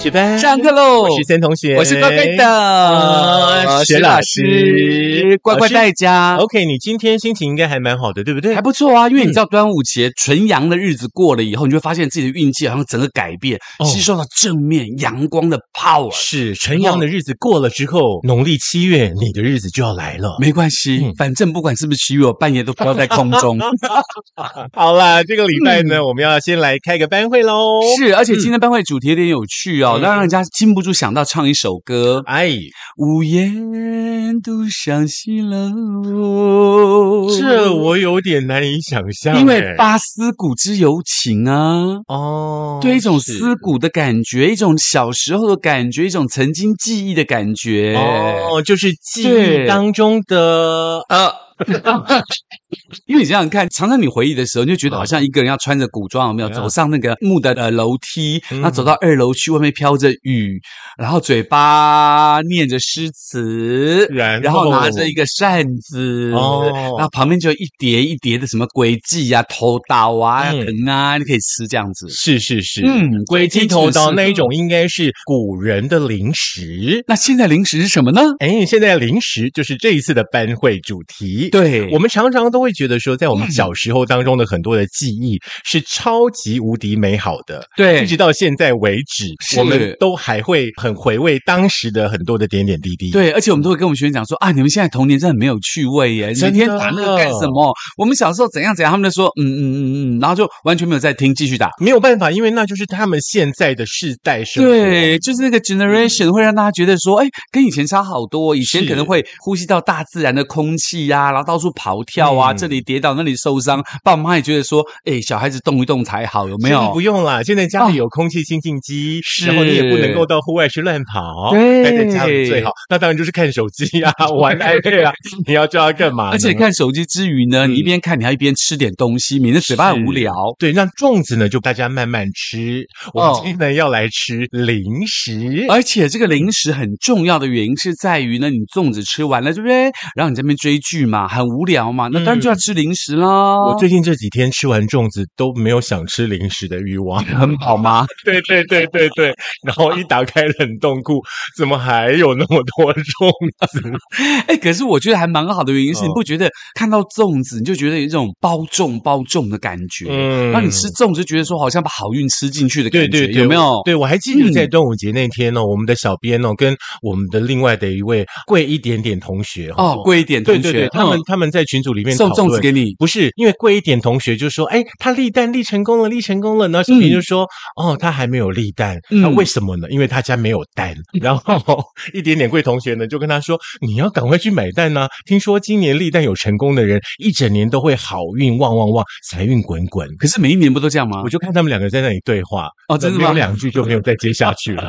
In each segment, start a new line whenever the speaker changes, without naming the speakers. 学班
上课喽！
我是森同学，
我是乖乖的、
呃
石
石
老
老
师
师，
乖乖在家。
OK，你今天心情应该还蛮好的，对不对
还？不错
嗯
啊，因为你知道端午节纯阳的日子过了以后，你就会发现自己的运气好像整个改变，
哦
吸收到正面阳光的 power。
是晨阳的日子过了之后，农历七月你的日子就要来了。
哦没关系，
嗯
反正不管是不是七月，我半夜都飘在空 中。
好啦，这个礼拜呢，我们要先来开个班会喽。
嗯是，而且今天班会主题有点有趣哦，
嗯
让人家禁不住想到唱一首歌。
哎，
无言独上西楼，
这我有点难以想象哎，
因为巴斯古之柔情啊，
哦，
对一种
是
思古的感觉，一种小时候的感觉，一种曾经记忆的感觉。
哦，就是记
对
忆当中的
呃， 因为你想想看，常常你回忆的时候，你就觉得好像一个人要穿着古装，有没有
嗯
走上那个木的呃楼梯，
嗯
然后走到二楼去，外面飘着雨，然后嘴巴念着诗词，
嗯然后
然后拿着一个扇子，
哦
然后旁边就有一叠一叠的什么诡计啊、头刀啊、
嗯
藤啊，你可以吃这样子。
是是是，
嗯
龟剃头刀那一
龟剃头
种应该是古人的零食。
那现在零食是什么呢？
哎，现在零食就是这一次的班会主题。。
对，嗯
我们常常都会觉得说，在我们小时候当中的很多的记忆是超级无敌美好的，
对
一直到现在为止，
是
我们都还会很回味当时的很多的点点滴滴。，
对，而且我们都会跟我们学生讲说啊，你们现在童年真的很没有趣味耶，你每
真
天
的
打那个干什么？我们小时候怎样怎样，他们就说嗯嗯嗯嗯，然后就完全没有在听，继续打。
没有办法，因为那就是他们现在的世代生活。
对，就是那个 generation 会让大家觉得说，哎，跟以前差好多。以前
是
可能会呼吸到大自然的空气呀、然后到处跑跳啊，
嗯
这里跌倒那里受伤，爸妈也觉得说，哎，小孩子动一动才好，有没
现在
有
不？用啦，现在家
啊
里有空气清净机，然后你也不能够到户外去乱跑，
对
待在家里最好。那当然就是看手机 啊，玩 iPad 啊，你要知道干嘛呢？
而且看手机之余呢，你一
嗯
边看你还一边吃点东西，免得嘴巴很无
是
聊。
对，让粽子呢就大家慢慢吃。我
哦哎
们今天呢要来吃零食，
而且这个零食很重要的原因是在于呢，你粽子吃完了，对不
嗯
对？然后你这边追剧嘛，很无聊嘛，那当然就要吃零食啦。
我最近这几天吃完粽子都没有想吃零食的欲 望。
很饱吗？
对对对对对， 然后一打开冷冻库，怎么还有那么多粽子？
哎，可是我觉得还蛮好的原因是，你
哦
不觉得看到粽子你就觉得有一种包重包重的感觉？
嗯
让你吃粽子就觉得说好像把好运吃进去的感
对
觉，
对对，
有没有
我？对我还记得
嗯
在端午节那天呢、我们的小编哦，跟我们的另外的一位贵一点点同学
哦，贵一点同
对
学，哦嗯
对对，他们、他们在群组里面
送
讨
粽子
论
给你
不是因为贵一点同学就说，哎，他立蛋立成功了，立成功了。然后小编就说，哦，他还没有立蛋，那、
嗯
为什么呢？因为他家没有蛋。然后 一点点贵同学呢就跟他说，你要赶快去买蛋呐、听说今年立蛋有成功的人，一整年都会好运旺旺旺，财运滚滚。
可是每一年不都这样吗
我？就看他们两个在那里对话，
啊哦，真的
没有
吗？
两句就没有再接下去 了。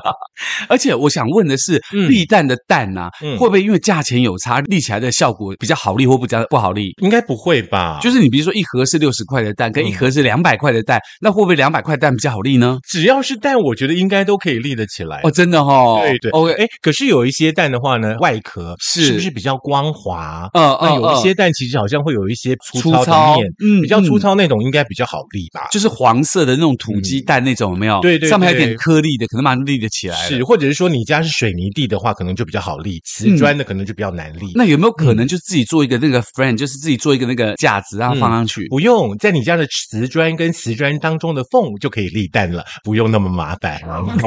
而且我想问的是，
嗯
立蛋的蛋啊，
嗯
会不会因为价钱有差，立起来的效果比较好立或比较不好立？
应该不会吧？
就是你比如说一盒是六十块的蛋，跟一
嗯
盒是两百块的蛋，那会不会两百块蛋比较好立呢？
只要是蛋，我觉得应该都可以立得起来。
哦，真的哦，
哎对对
，OK，
哎，可是有一些蛋的话呢，外壳
是
不是比较光滑？
呃
那
呃，
有一
呃
些蛋其实好像会有一些粗
粗
糙
糙
的面，，
嗯
比较粗。
嗯
糙那种应该比较好立吧？
就是黄色的那种土鸡蛋那种，有没有？
嗯对对
上面还有
对
点颗粒的，可能马上立得起来了。
是，或者是说你家是水泥地的话，可能就比较好立；瓷砖的可能就比较难立。
嗯那有没有可
嗯
能就自己做一个那个 frame，就是自己做一个那个架子，让它放上去？
不用在你家的瓷砖跟瓷砖当中的缝就可以立蛋了，不用那么麻 烦。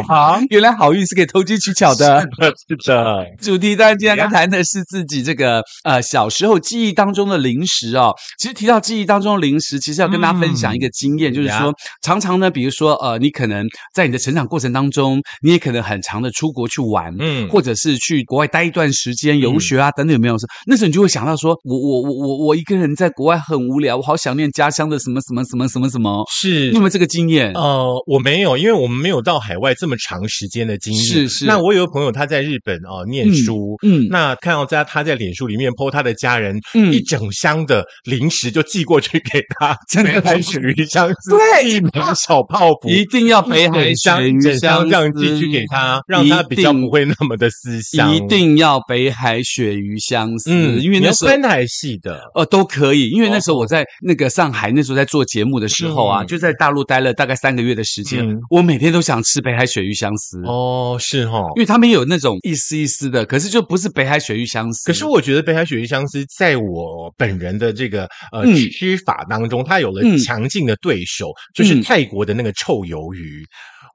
好，原来好运是可以投机取巧的。
是哎的，
主题当然今天要谈的是自己这个呃小时候记忆当中的零食哦。其实提到记忆当中的零食，其实要跟大家分享一个经验，就是说
嗯呀
常常呢，比如说呃，你可能在你的成长过程当中，你也可能很长的出国去玩。
嗯，
或者是去国外待一段时间游学啊，等等，有没有？那时候你就会想到说，我我我我我一个人在国外很无聊，我好想念家乡的什么什么什么什么什么。
是
你有没有这个经验？
呃，我没有，因为我们没有到海外这么长时间的经验。
是是
那我有个朋友他在日本哦、呃念书。
嗯，
那看到在他在脸书里面 PO 他的家人，
嗯
一整箱的零食就寄过去给他，
真的
还属于箱子，
对
一名小泡芙，
一定要北海
整箱
水鱼
整箱这样
相
寄去
思
给他，让他比较不会那么的思乡。
一定要北海鳕鱼相思，
嗯，
因为
你
那
要
时候
分海系的，
呃都可以，因为那时候我在那个上海，那时候在做节目的时候啊，
嗯
就在大陆待了大概三个月的时间，
嗯
我每天都想吃北海鳕鱼香丝，
哦，是哈、
因为他们也有那种一丝一丝的，可是就不是北海鳕鱼香丝。
可是我觉得北海鳕鱼香丝在我本人的这个呃、
嗯
吃法当中，它有了
嗯
强劲的对手，就是
嗯
泰国的那个臭鱿鱼。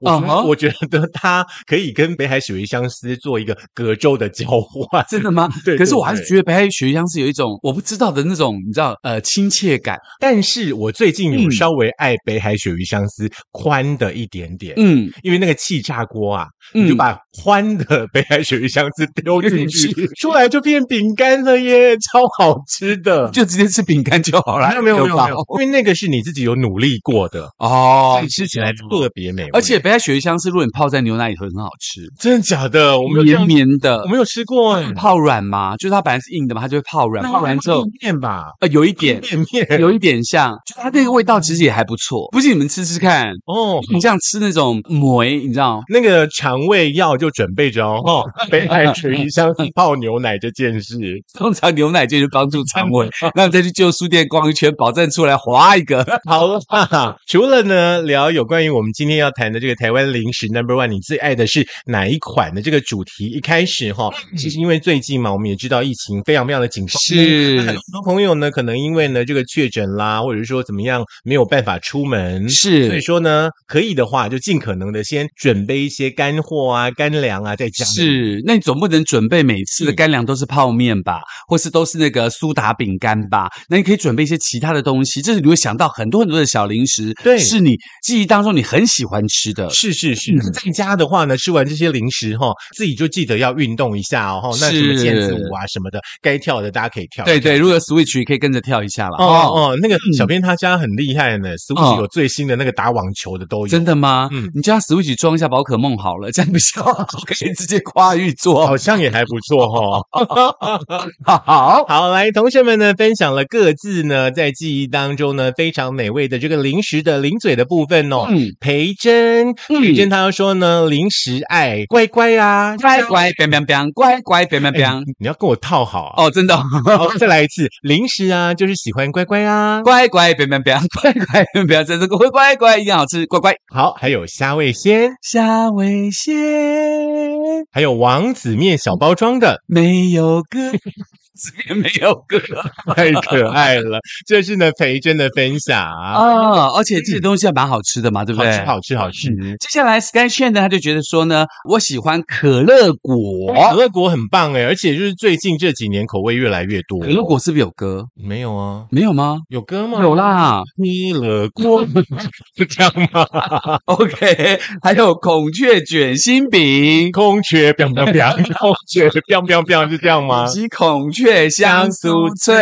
我
啊
觉
哈
得我觉得它可以跟北海鳕鱼相思做一个隔周的交 换，
真的吗？
对
可是
对
我还是
对
觉得北海鳕鱼香丝有一种我不知道的那种，你知道，呃，亲切感。
但是我最近有
嗯
稍微爱北海鳕鱼相思宽的一点点，
嗯，
因为那个气炸锅啊，
嗯
你就把宽的 北海鳕鱼香丝丢进去
进去，
出来就变饼干了耶，超好吃的。
就直接吃饼干就好了。
没有没有没有
吧
没有，因为那个是你自己有努力过的，
哦
所以，吃起来特别美味。
而且北海鳕鱼香丝，如果你泡在牛奶里头很好吃，
哦真的假的？我没有这
绵
样，
绵的
我。没有吃过哎。
泡软嘛，就是它本来是硬的嘛，它就会泡软，
那
泡软之后
意，面吧，
呃，有一点，
面面
有一点像，就它那个味道其实也还不错。不信你们吃吃看，
哦。
你像吃那种馍，你知道，
那个肠胃药就准备着 哦，北海垂鱼香丝泡牛奶这件事，
通常牛奶就是帮助肠 胃，那你再去旧书店逛一圈，保证出来划一个。
好了吧？除了呢聊有关于我们今天要谈的这个台湾零食 Number One，你最爱的是哪一款的这个主题？一开始哈，
嗯
其实因为最近嘛，我们也知道疫情非常非常的紧张，
是
那很多朋友呢，可能因为呢这个确诊啦，或者说怎么样没有办法出门，所以
是
说呢，可以的话就尽可能的先准备一些干货啊、干粮啊在家里。
是，那你总不能准备每次的干粮都是泡面吧，或是都是那个苏打饼干吧？那你可以准备一些其他的东西，这是你会想到很多很多的小零食，
对
是你记忆当中你很喜欢吃的。
是是
嗯
是，那在家的话呢，吃完这些零食哈、自己就记得要运动一下哦。哈那什么
是
毽子舞啊什么的，该跳的大家可以跳。
对对，如果 Switch 也可以跟着跳一下啦。
哦
哦，
哦，那个小编他家很厉害呢，Switch 有最新的那个打网球的都有，
真的吗？
嗯
你叫他 Switch 装一下宝可梦好了， 这样比较好，可以直接跨域做。
好像也还不错哈、 哦
好，
好，来，同学们呢，分享了各自呢在记忆当中呢非常美味的这个零食的零嘴的部分哦。
嗯
培珍，
嗯
培珍他要说呢，零食爱乖乖啊，
乖乖，biang biang biang，乖乖，biang biang
哎
biang。
你你要跟我套好啊。
哦，真 的哦，
好，再来一次，零食啊，就是喜欢乖乖 啊。
乖乖，biang biang biang，乖乖，biang biang，真的乖乖乖，一定好吃，乖 乖。
好，还有虾味鲜，
虾味鲜
还有王子面小包装的，
没有歌，这边没有歌
太可爱了。这是呢培珍的分享，
哦，而且这些东西还蛮好吃的嘛，对不
好
对？嗯
吃好吃好吃。
接下来 Sky Shen 呢，他就觉得说呢，我喜欢可乐果。
可乐果很棒哎，而且就是最近这几年口味越来越多。
可乐果是不是有歌？
没有啊？
没有吗？
有歌吗？
有。啦。
你了锅 是这样吗？
OK，还有孔雀卷心饼。
空缺 biang biang biang，空缺 biang biang biang 是这样吗
以？及孔雀啊香酥脆，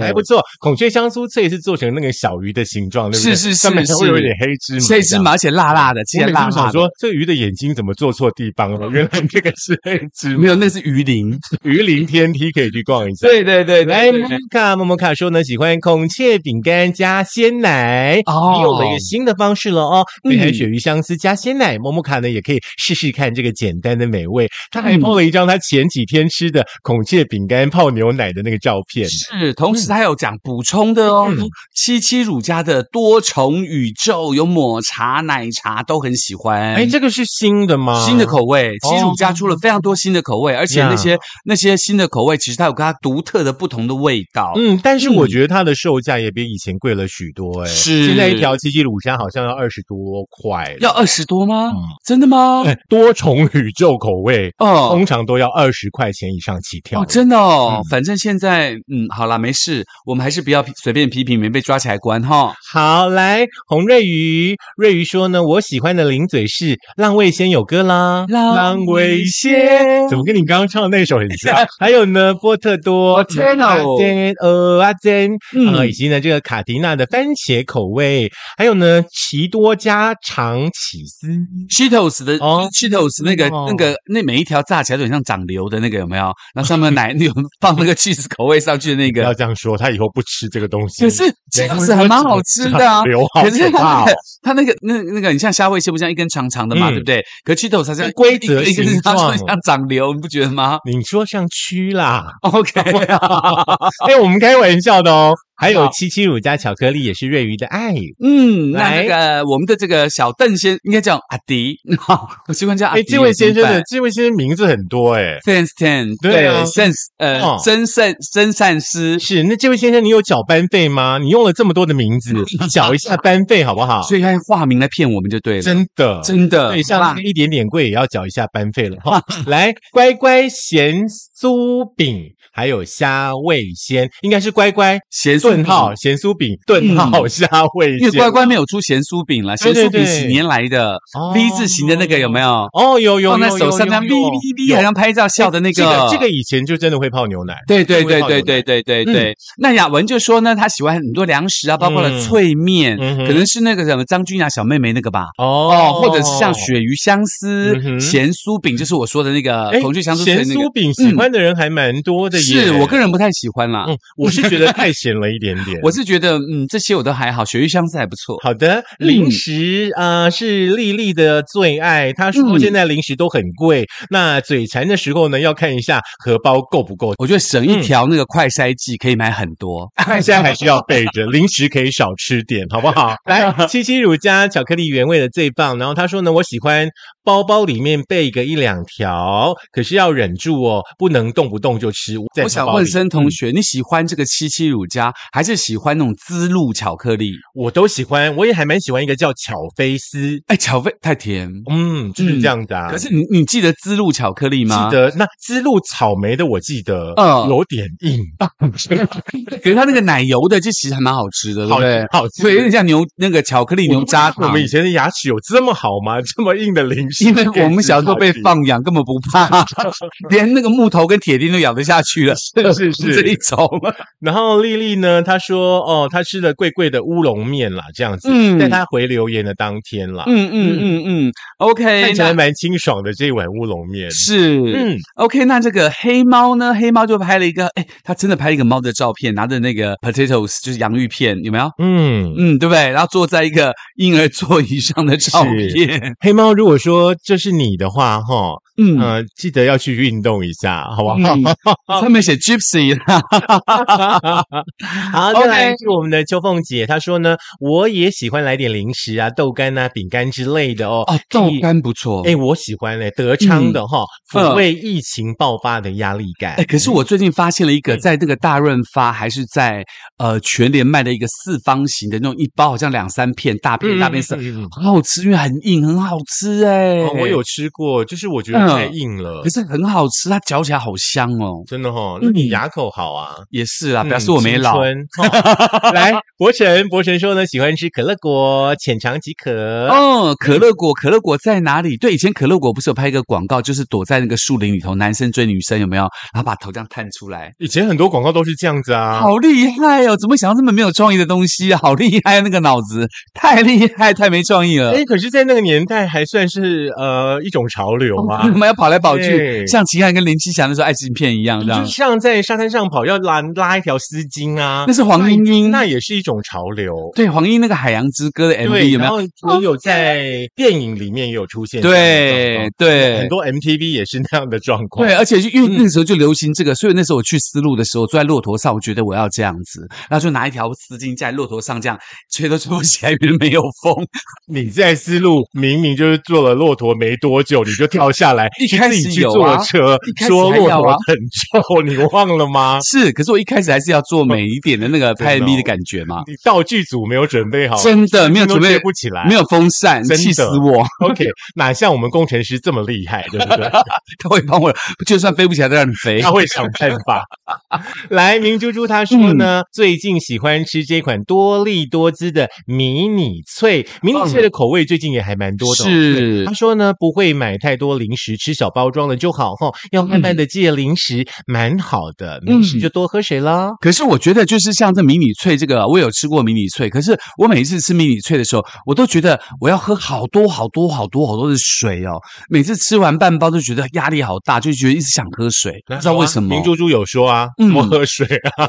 哎
还不错。孔雀香酥脆是做成那个小鱼的形状，对不对？
是是是
上面还会
是
有一点黑芝麻，
脆芝。麻，而且辣辣的，
我
切
每次
辣
都想
辣的。
说，这鱼的眼睛怎么做错地方 了？原来这个是黑芝麻。
没有，那是鱼鳞。
鱼鳞天梯可以去逛一下。
对对对，
来，
对
莫
对对
卡莫莫卡说呢，喜欢孔雀饼干加鲜奶，
哦
你有了一个新的方式了哦。
嗯
北海鳕鱼香丝加鲜奶，莫莫卡呢也可以试试看这个简单的美味。他还
嗯
po 了一张他前几天吃的孔雀饼干泡牛奶的那个照片。
是，同时他有讲补充的哦，
嗯
七七乳家的多重宇宙有抹茶、奶茶都很喜欢。
哎，这个是新的吗？
新的口味，
哦
七七乳家出了非常多新的口味，而且
呀
那些那些新的口味，其实它有跟它独特的不同的味道。
嗯，但是
嗯
我觉得它的售价也比以前贵了许多哎、
是
现在一条七七乳香好像要二十多块，
要二十多吗
嗯？
真的吗？
哎多重宇宙口味，
哦
通常都要二十块钱以上起跳。
哦，真的哦，
嗯
反正现在嗯，好啦，没事，我们还是不要批随便批评，没被抓起来关哈。
好，来洪瑞瑜，瑞瑜说呢，我喜欢的零嘴是浪味仙有歌啦，
浪味仙
怎么跟你刚刚唱的那首很 像？还有呢，波特多，
哦天哪
阿珍，呃，阿珍，
嗯
呃，以及呢这个卡迪娜的番茄口味，还有呢奇多加长起司，
Cheetos 的、
哦
Cheetos 那个、
哦
那个那每一条炸起来都很像长瘤的那个有没有？然后上面奶有放放那个 cheese 口味上去的那
不要
个。
这样说，他以后不吃这个东西。
可是这样子还蛮好吃 的啊，
流好
可是
可怕
它那
哦
个它那个那那个，你像虾味蟹不像一根长长的嘛，
嗯
对不对？可 Cheetos 它像
是规则
一根
形
它
状
就像长瘤，你不觉得 吗
你说像蛆啦？
？OK 啊，
哎、我们开玩笑的哦。还有
好
七七乳加巧克力也是瑞鱼的爱，
嗯，那
来
那个我们的这个小邓先应该叫阿迪， 好，我习惯叫阿
哎、
迪。
这位先生的这位先生名字很多哎、
Sense Ten，
对啊
Sense 呃
哦
真善真善师，
是，那这位先生，你有缴班费吗？你用了这么多的名字， 你缴一下班费好不好？
所以他用化名来骗我们就对了，
真的，
啊真的，
对，像
哇
那个一点点贵也要缴一下班费了哈。 来，乖乖咸酥饼，还有虾味鲜，应该是乖乖
咸酥
顿
饼嗯
号，咸酥饼顿号虾味
因为
鲜。
乖乖没有出咸酥饼了，
对
咸
对
酥饼
对
几年来的
哦
V 字形的那个有没有？
哦，有有
放在
有
手
有
上，
有
那哔
有
哔哔，
有
好像拍照笑的那
这个这个以前就真的会泡牛奶，
对对对
会泡
对
牛
对对对对。那雅文就说呢，他喜欢很多粮食啊，包括了
嗯
脆面，
嗯哼
可能是那个什么张君雅小妹妹那个吧。
哦
哦，或者是像鳕鱼香丝
嗯、哼
咸酥饼，就是我说的那个
哎
孔雀香酥脆
咸
的那个嗯
酥，饼，喜欢的人还蛮多的耶。
是我个人不太喜欢啦。
嗯，我是觉得太咸了一点点
。我是觉得，嗯，这些我都还好，鳕鱼香丝还不错。
好的，
嗯
零食啊、呃是丽丽的最爱。她说
嗯
现在零食都很贵，那嘴馋的时候呢，要看一下荷包够不够。
我觉得省一条那个快筛剂可以买很多。
现在还是要备 着，零食可以少吃点，好不好？来，七七乳加巧克力原味的最棒。然后她说呢，我喜欢包包里面备个一两条，可是要忍住哦，不能动不动就吃。在
我想
包包里
问森同
嗯
学，你喜欢这个七七乳加，还是喜欢那种滋露巧克力？
我都喜欢，我也还蛮喜欢一个叫巧菲斯，
哎，巧克力太甜。
嗯，就是这样的、啊
可是你你记得滋露巧克力吗？
记。得那滋露草莓的，我记得，
嗯
有点硬，
可是它那个奶油的，就其实还蛮好吃的，对
好
不对？
好吃。
所以有点像牛那个巧克力牛轧
我
糖
们。以前的牙齿有这么好吗？这么硬的零食？
因为我们小时候被。放养，根本不 怕，连那个木头跟铁钉都咬得下去了，
是是
这一种。
然后丽丽呢，她说，哦，她吃了贵贵的乌龙面啦，这样子，
嗯
在她回留言的当天啦，
嗯嗯嗯嗯，OK，
看起来
那
蛮清爽的这一碗乌龙面。
是
嗯，
OK，那这个黑猫呢？黑猫就拍了一个，哎，他真的拍了一个猫的照片，拿着那个 potatoes，就是洋芋片，有没有？
嗯，
嗯，对不对？然后坐在一个婴儿座椅上的照片，
黑猫，如果说这是你的话，哈，
嗯，
呃，记得要去运动一下，好不好？
嗯上面写 gypsy 啦，
好，再来是我们的秋凤姐，她说呢，我也喜欢来点零食啊，豆干啊、饼干之类的哦。
哦，豆干不错，
哎、我喜欢嘞、德昌的哈、
嗯
抚慰疫情爆发的压力感。
哎，可是我最近发现了一
嗯
个，在那个大润发还是在呃全联卖的一个四方形的那种一包，好像两三片大片大片色，
嗯嗯嗯
很好吃，因为很硬，很好吃哎、
哦我有，吃过，就是我觉得太硬了，
嗯可是很好吃，它嚼起来好香哦。
真的哈、那你
嗯
牙口好啊。
也是啦，
嗯
表示我没老。
青春哦 来，博晨，博晨说呢，喜欢吃可乐果，浅尝即可。
哦，
嗯
可乐果，可乐果在哪里？对，以前可乐果不是有拍一个广告，就是躲在那个树林里头，男生追女生有没有？然后把头这样探出来，
以前很多广告都是这样子啊，
好厉害哦！怎么想到这么没有创意的东西啊？好厉害，那个脑子太厉害，太没创意了。
哎、可是，在那个年代还算是呃一种潮流啊嘛
我，们要跑来跑去，
对
像秦汉跟林青霞那时候爱情片一样，这
就
样
是。像在沙滩上跑要拉拉一条丝巾啊
那，是黄莺莺，
那也是一种潮流。
对黄莺那个《海洋之歌》的 MV
对，
有没
然
有？
后也有在电影里面也有出现这样的状
对
况，
对
嗯很多 MTV 也是那样的状况。
对，而且就
嗯
因为那个时候就流行这个，所以那时候我去丝路的时候，坐在骆驼上，我觉得我要这样子，然后就拿一条丝巾在骆驼上这样吹都吹不起来，因为没有 风。
你在思路明明就是坐了骆驼没多久，你就跳下来，
一
去
开
自己
始
去
有
坐
啊
车
一，开始
说
还
骆
要
驼
啊
很臭， 你忘了吗？
是，可是我一开始还是要做美一点的那个拍
真的
MV 的
啊哦
感觉嘛，
你道具组没有准备好，
真的没有
都
准备
接，不起来，
没有风扇，
真
气死
的
我！
OK，哪像我们工程师这么厉害，对不对？
他会帮我，就算飞不起来，都让你飞。
他会想办 法。来，明珠珠她说呢，最近喜欢吃这款多利多滋的迷你脆，迷你脆的口味最近也还蛮多的哦、
是
对她说呢，不会买太多零食，吃小包装的就好哈，要慢慢的戒零食，蛮好的。零食就多喝水啦。
可是我觉得，就是像这迷你脆这个，我有吃过迷你脆。可是我每一次吃迷你脆的时候，我都觉得我要喝好多好多好多好多的水哦。每次吃完半包就觉得压力好大，就觉得一直想喝水，不知道为什么
啊明。珠珠有说啊，
嗯
多喝水啊，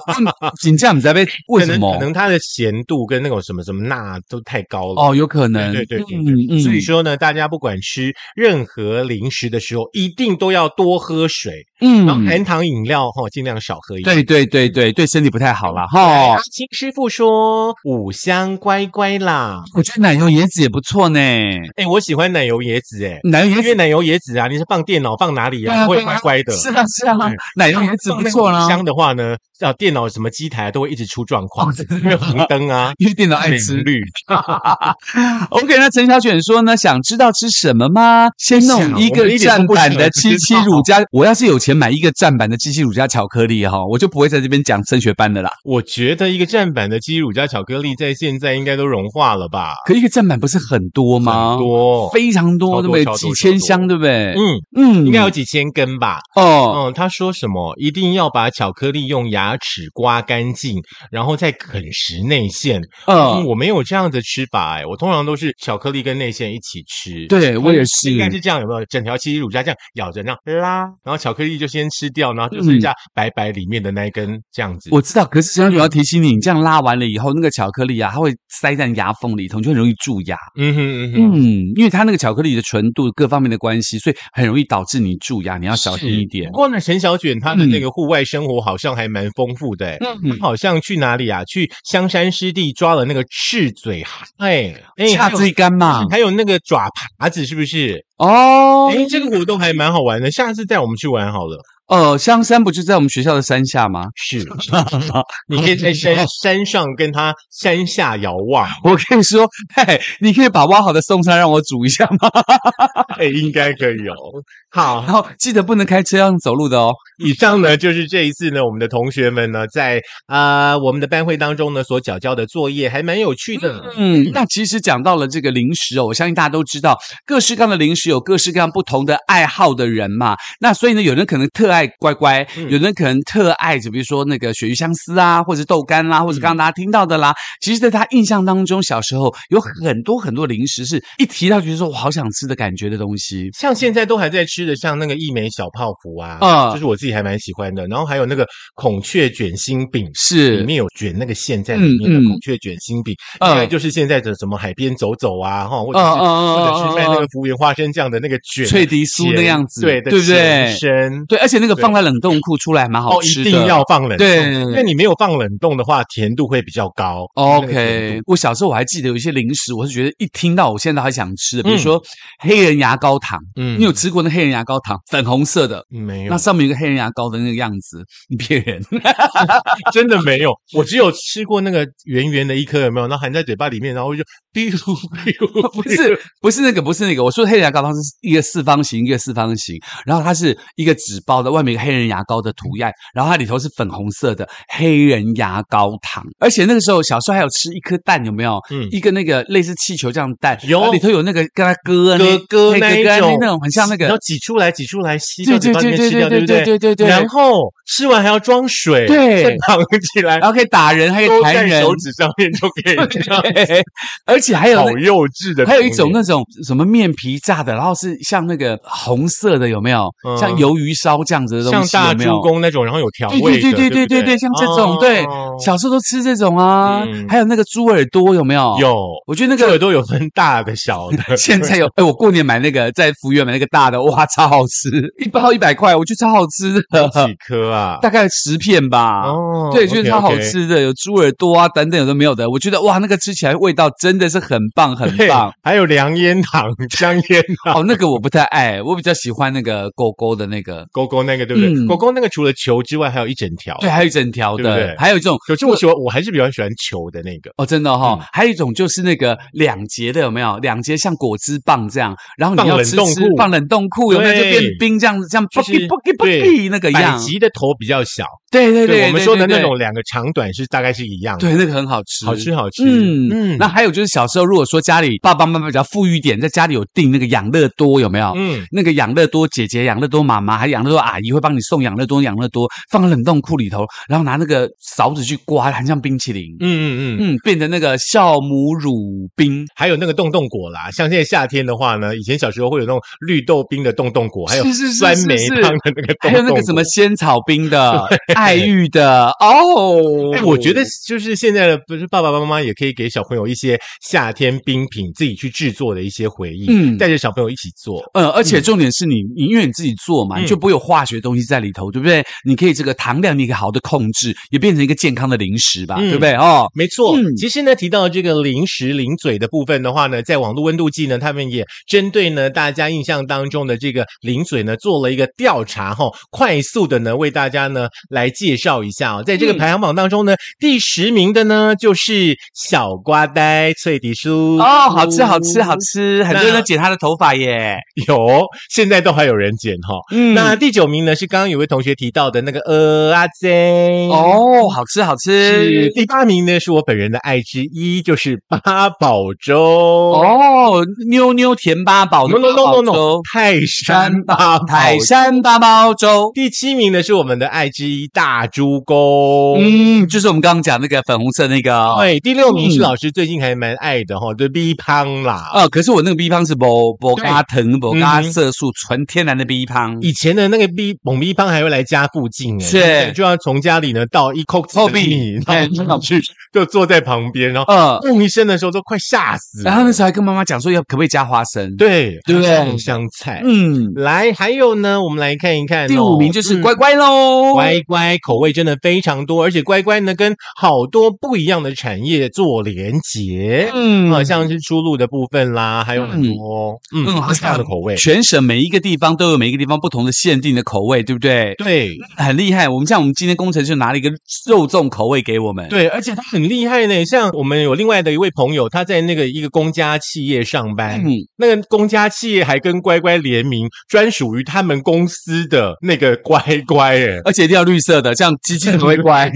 紧张，你在被为
可
什
能
么
可？能它的咸度跟那种什么什么钠都太高了。
哦，有可能。
对对对对
嗯嗯。
所以说呢，大家不管吃任何零食的时候，一定都要多喝水，然后
嗯，
含糖饮料哈、尽量少喝一点。
对对对对，对身体不太好啦。哈
阿。青师傅说五香乖乖啦，
我觉得奶油椰子也不错呢，
哎、我喜欢奶油椰子、哎，
奶油椰
因为
子。
奶油椰子啊，你是放电脑放哪里
嗯对
啊？
啊
会
对啊
乖乖的。
是啊是啊
对，
奶油椰子
放
不
那个
错
五
啦。
香的话呢，啊，电脑什么机台都会一直出状况
哦真，的。
因为红灯啊
因为电脑 爱吃
频率
OK，那陈小卷说呢，想知道吃什么吗？
哎
先弄一个站板的七七乳加，我要是有钱买一个站板的七七乳加巧克力哈、我就不会在这边讲升学班的啦。
我觉得一个站板的鸡乳加巧克力在现在应该都融化了吧？
可一个站板不是很多吗？
很多，哦
非常多，
超
对
多
不对
超？多
几千箱，
超
对不对？
嗯，
嗯
应该有几千根吧。
哦。
嗯，他说什么？一定要把巧克力用牙齿刮干净，然后再啃食内馅。嗯，
嗯，
我没有这样的吃法哎，我通常都是巧克力跟内馅一起吃。
对我也
应该
是。
是这样，有没有？整条七喜乳加这样咬着，这样拉，然后巧克力就先吃掉，然后就剩下白白里面的那一根这样子。
我知道，可是陈小卷要提醒你，你这样拉完了以后，那个巧克力啊，它会塞在你牙缝里头，你就很容易蛀牙。
嗯哼嗯哼，
嗯，因为它那个巧克力的纯度各方面的关系，所以很容易导致你蛀牙，你要小心一点
不。过呢，陈小卷她的那个户外生活好像还蛮丰富的哎。
嗯，
好像去哪里啊？去香山湿地抓了那个赤嘴蛤，哎哎，
下
还有
椎干嘛？
还有那个爪耙子是不是？
啊哦
哎，，这个活动还蛮好玩的，下次带我们去玩好了。
呃，香山不就在我们学校的山下吗？
是，你可以在山山上跟他山下遥 望，
我可以说，嘿，你可以把挖好的松山让我煮一下吗？
哎，应该可以哦。好
然，后记得不能开车，要用走路的哦。
以上呢就是这一次呢，我们的同学们呢在啊、我们的班会当中呢所缴交的作业，还蛮有趣的。
嗯，那其实讲到了这个零食哦，我相信大家都知道，各式各样的零食有各式各样不同的爱好的人嘛。那所以呢，有人可能特爱乖乖，
嗯
有人可能特爱，就比如说那个鳕鱼香丝啊，或者豆干
嗯
啦、或者刚刚大家听到的啦。其实，在他印象当中，小时候有很多很多零食是一提到就觉得说我好想吃的感觉的东西。
像现在都还在吃的，像那个一枚小泡芙啊，
啊
就是我自己还蛮喜欢的。然后还有那个孔雀卷心饼，
是
里面有卷那个馅在里面的
嗯嗯
孔雀卷心饼，
嗯
应该就是现在的什么海边走走啊，哈，或者是
嗯嗯嗯
或者
嗯
是卖那个福原花生酱的那个卷
脆迪酥那样子
对的
对不对
前身
对，而且那个放在冷冻库出来蛮好
哦，
吃
一
的。
定要放冷冻，
对
因为你没有放冷冻的话，甜度会比较高。那个甜度
哦 OK，我小时候我还记得有一些零食，我是觉得一听到我现在还想吃的，比如说黑人牙膏糖，
嗯
你有吃过那黑人牙膏糖，粉红色的，
没有
那？上面有一个黑人牙膏的那个样子，你骗人。
真的没有，我只有吃过那个圆圆的一颗，有没有？然后含在嘴巴里面，然后就 biu
不是不是那个，不是那个。我说的黑人牙膏，它是一个四方形，一个四方形，然后它是一个纸包的，外面有黑人牙膏的图案，然后它里头是粉红色的黑人牙膏糖。而且那个时候小时候还有吃一颗蛋，有没有？
嗯
一个那个类似气球这样的蛋，
有
然后里头有那个跟它割啊
哥哥
那
那
个
一
割
种，
那种很像那个
然后挤出来，挤出来，吸
对
到嘴
对
巴里面
对对
吃掉，
对
对不
对对对对，
然后吃完还要装水，
对
再绑起来，
然后可以打人，还可以
勾
弹
在
人
手，指上面就 可以这样。
对而且还有那
好幼稚的童年，
还有一种那种什么面皮炸的，然后是像那个红色的，有没有？
嗯
像鱿鱼烧这样子的东
像
西，
大
有没
猪
有？
公那种，然后有调
对
味
对
的，
对对对
对
对
不
对，像这种
哦
对，小时候都吃这种啊
嗯，
还有那个猪耳朵有没有？，
有。
我觉得那
这
个，
耳朵有分大的、小的
现在有，哎，我过年买那个在福源买那个大的，哇， 超好吃，一包一百块，我觉得超好吃的，
几颗啊？
大概十片吧。
哦
对，就是
OK，
超好
OK
吃的，有猪耳朵啊等等，有的没有的。我觉得哇，那个吃起来味道真的是很棒，很
对
棒。，
还有凉 烟糖、香烟糖、
哦，那个我不太爱，我比较喜欢那个狗狗的那个。
勾勾那那个，对不对？
嗯
狗狗那个除了球之外，还有一整条。
对，还有一整条
对不
的
对，
还有一种
可是我喜欢，我还是比较喜欢球的那个。
哦，真的哈、哦
嗯
还有一种就是那个两节的，有没有？两节像果汁棒这样，然后你
放
要
冷
吃
冻
吃
库
放冷冻库，有没有？就
对
变冰这样子，这样
就
p
是
o k
对
那个
百
样。
吉的头比较小，
对对
我们
对
说的
对
那
对
种两个长短是大概是一样的，
对，那个很好吃，
好吃好吃。
嗯嗯，那还有就是小时候，如果说家里爸爸妈妈比较富裕一点，在家里有订那个养乐多，有没有？
嗯，
那个养乐多姐姐、养乐多妈妈，还有养乐多阿姨会帮你送养乐多、养乐多，放冷冻库里头，然后拿那个勺子去刮，很像冰淇淋。
嗯嗯嗯，
嗯，变成那个酵母乳冰，
还有那个冻冻果啦，像现在夏天的话呢，以前小时候会有那种绿豆冰的冻冻果，还有
是是是
酸
是
梅
是
汤的那个冻冻果，
还有那个什么仙草冰 的、爱玉的哦。
哎，我觉得就是现在的，不是爸爸妈妈也可以给小朋友一些夏天冰品自己去制作的一些回忆，
嗯
带着小朋友一起做。
呃，而且重点是你，你因为你自己做嘛，
嗯
你就不会有化学东西在里头，对不对？你可以这个糖量你可以好的控制，也变成一个健康的零食吧，
嗯
对不对？哦，
没错，
嗯
其实呢，提到这个零食零嘴的部分的话呢，在网络温度计呢，他们也针对呢大家印象当中的这个零嘴呢，做了一个调查哈、快速的呢为大家呢来介绍一下哦，在这个
嗯
排行榜当中呢，第十名的呢就是小瓜呆脆皮酥
哦，好吃，好吃，好吃，很多人
嗯那
都剪他的头发耶。
有，现在都还有人剪哈、
嗯
那第九名呢是刚刚有位同学提到的那个呃阿 Z。
哦，好吃，好
是
吃。
第八名呢，是我本人的爱之一，就是八宝粥。哦
哦，妞妞甜八宝
，no
的
no
八
no no
宝
no，
粥，
泰山八宝
泰
粥。
山八宝粥。
第七名呢是我们的爱之一大猪公。
嗯，就是我们刚刚讲那个粉红色那个哦。
对，第六名是
嗯
老师最近还蛮爱的哈，对 B 胖啦。
啊，可是我那个 B 方是不不
对
加藤不加
嗯哼
色素，纯天然的 B 方。
以前的那个 B 猛 B 胖还会来家附近哎，
是
对就要从家里呢到一口
后
米
壁，
然
哎
后去就坐在旁边，然后
呃，
嗯一声的时候都快吓死了。
然后那时候还跟妈妈讲说要可不可以加花生。，
对
对不对
还有香菜。
嗯，
来，还有呢，我们来看一看哦、
第五名就是
嗯
乖乖喽，
乖乖，口味真的非常多，而且乖乖呢跟好多不一样的产业做连结。
嗯，
啊，像是出路的部分啦，还有很多嗯
嗯
不一样的口味，
全省每一个地方都有每一个地方不同的限定的口味，对不对？
对
很厉害。我们像我们今天工程就拿了一个肉粽口味给我们。
对，而且他很厉害呢。像我们有另外的一位朋友，他在那个一个公家企业上班，
嗯，
那个公家企业还跟乖乖联名，专属于他们公司的那个乖乖，哎，
而且一定要绿色的，这样鸡鸡才会乖。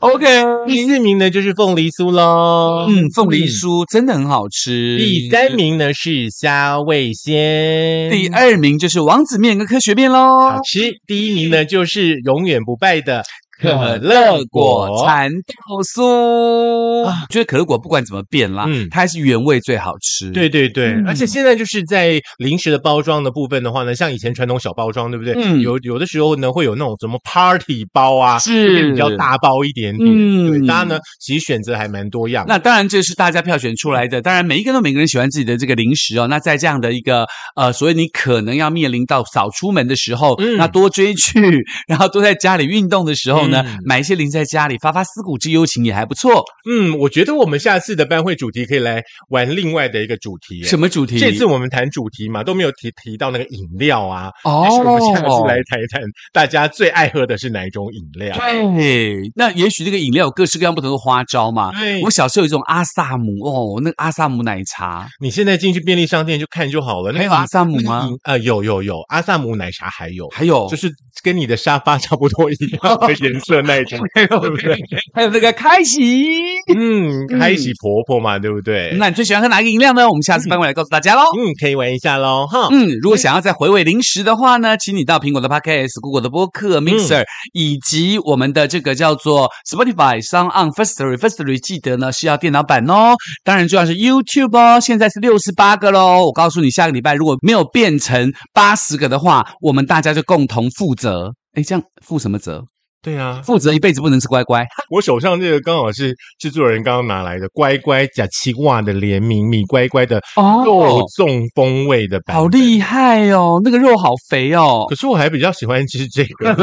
OK，
第四 名呢就是凤梨酥喽，
嗯，凤梨酥真的很好吃。
第三名呢是虾味鲜，
第二名就是王子面跟科学面喽
好，吃。第一名呢就是永远不败的
可乐果蚕豆酥。
啊
觉得可乐果不管怎么变啦，
嗯
它还是原味最好吃。
对对对，
嗯
而且现在就是在零食的包装的部分的话呢，像以前传统小包装，对不对？
嗯
有有的时候呢会有那种什么 party 包啊，
是
会比较大包一点点。
嗯
对，大家呢其实选择还蛮多样的。
那当然，这是大家票选出来的。当然，每一个人都每个人喜欢自己的这个零食哦。那在这样的一个呃，所以你可能要面临到少出门的时候，
嗯
那多追剧， 然后多在家里运动的时候呢，
嗯
买一些零食在家里发发思古之幽情也还不错。
嗯，我觉得我们下次的班会主题可以来玩另外的一个主题。
什么主题？
这次我们谈主题嘛，都没有提提到那个饮料啊。
哦
但是我们下次来谈一谈，大家最爱喝的是哪一种饮料？
对，啊那也许这个饮料有各式各样不同的花招嘛。
对
我小时候有一种阿萨姆哦，那个阿萨姆奶茶，
你现在进去便利商店就看就好了。
还有
那个
阿萨姆
那个
吗
饮？呃，有有有，阿萨姆奶茶还有，
还有
就是跟你的沙发差不多一样的颜色那一 种，对不对？
还有那个开喜。
嗯，开喜婆婆嘛，对不对？
那你最喜欢喝哪一个饮料呢？我们下次翻过来告诉大家喽。
嗯，可以玩一下喽，哈。
嗯，如果想要再回味零食的话呢，请你到苹果的 Podcast、Google 的播客 Mixer，、以及我们的这个叫做 Spotify、s o n On、First Story、First Story，记得呢是要电脑版哦。当然，重要是 YouTube 哦，现在是六十八个喽。我告诉你，下个礼拜如果没有变成八十个的话，我们大家就共同负责。哎，这样负什么责？
对啊，
负责一辈子不能吃乖乖。
我手上这个刚好是制作人刚刚拿来的乖乖假七袜的联名米乖乖的肉粽风味的版本
好哦厉害哦，那个肉好肥哦
可。是我还比较喜欢吃这 个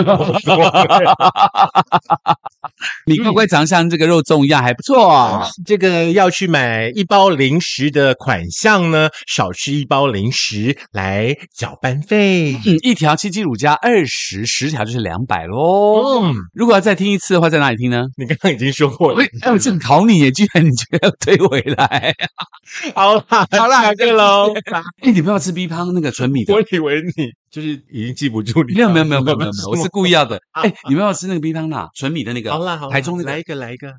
你乖乖尝像这个肉粽一样，还不错、嗯哦。
啊这个要去买一包零食的款项呢，少吃一包零食来缴班费。
嗯，一条七鸡乳加二十，十条就是两百喽。
嗯，
如果要再听一次的话，在哪里听呢？
你刚刚已经说过了
喂，，哎，哦我正考你耶，居然你居然要推回 来！
好啦，
好啦
下课喽。
哎，你不要吃 B 胖那个纯米 的
我，以为你就是已经记不住你
没有
了，
没有 没有没有没有，我是故意要的。
啊
哎，你们要吃那个 B 胖啦，纯米的那个。
好啦好啦，
台中那个
来一个来一个，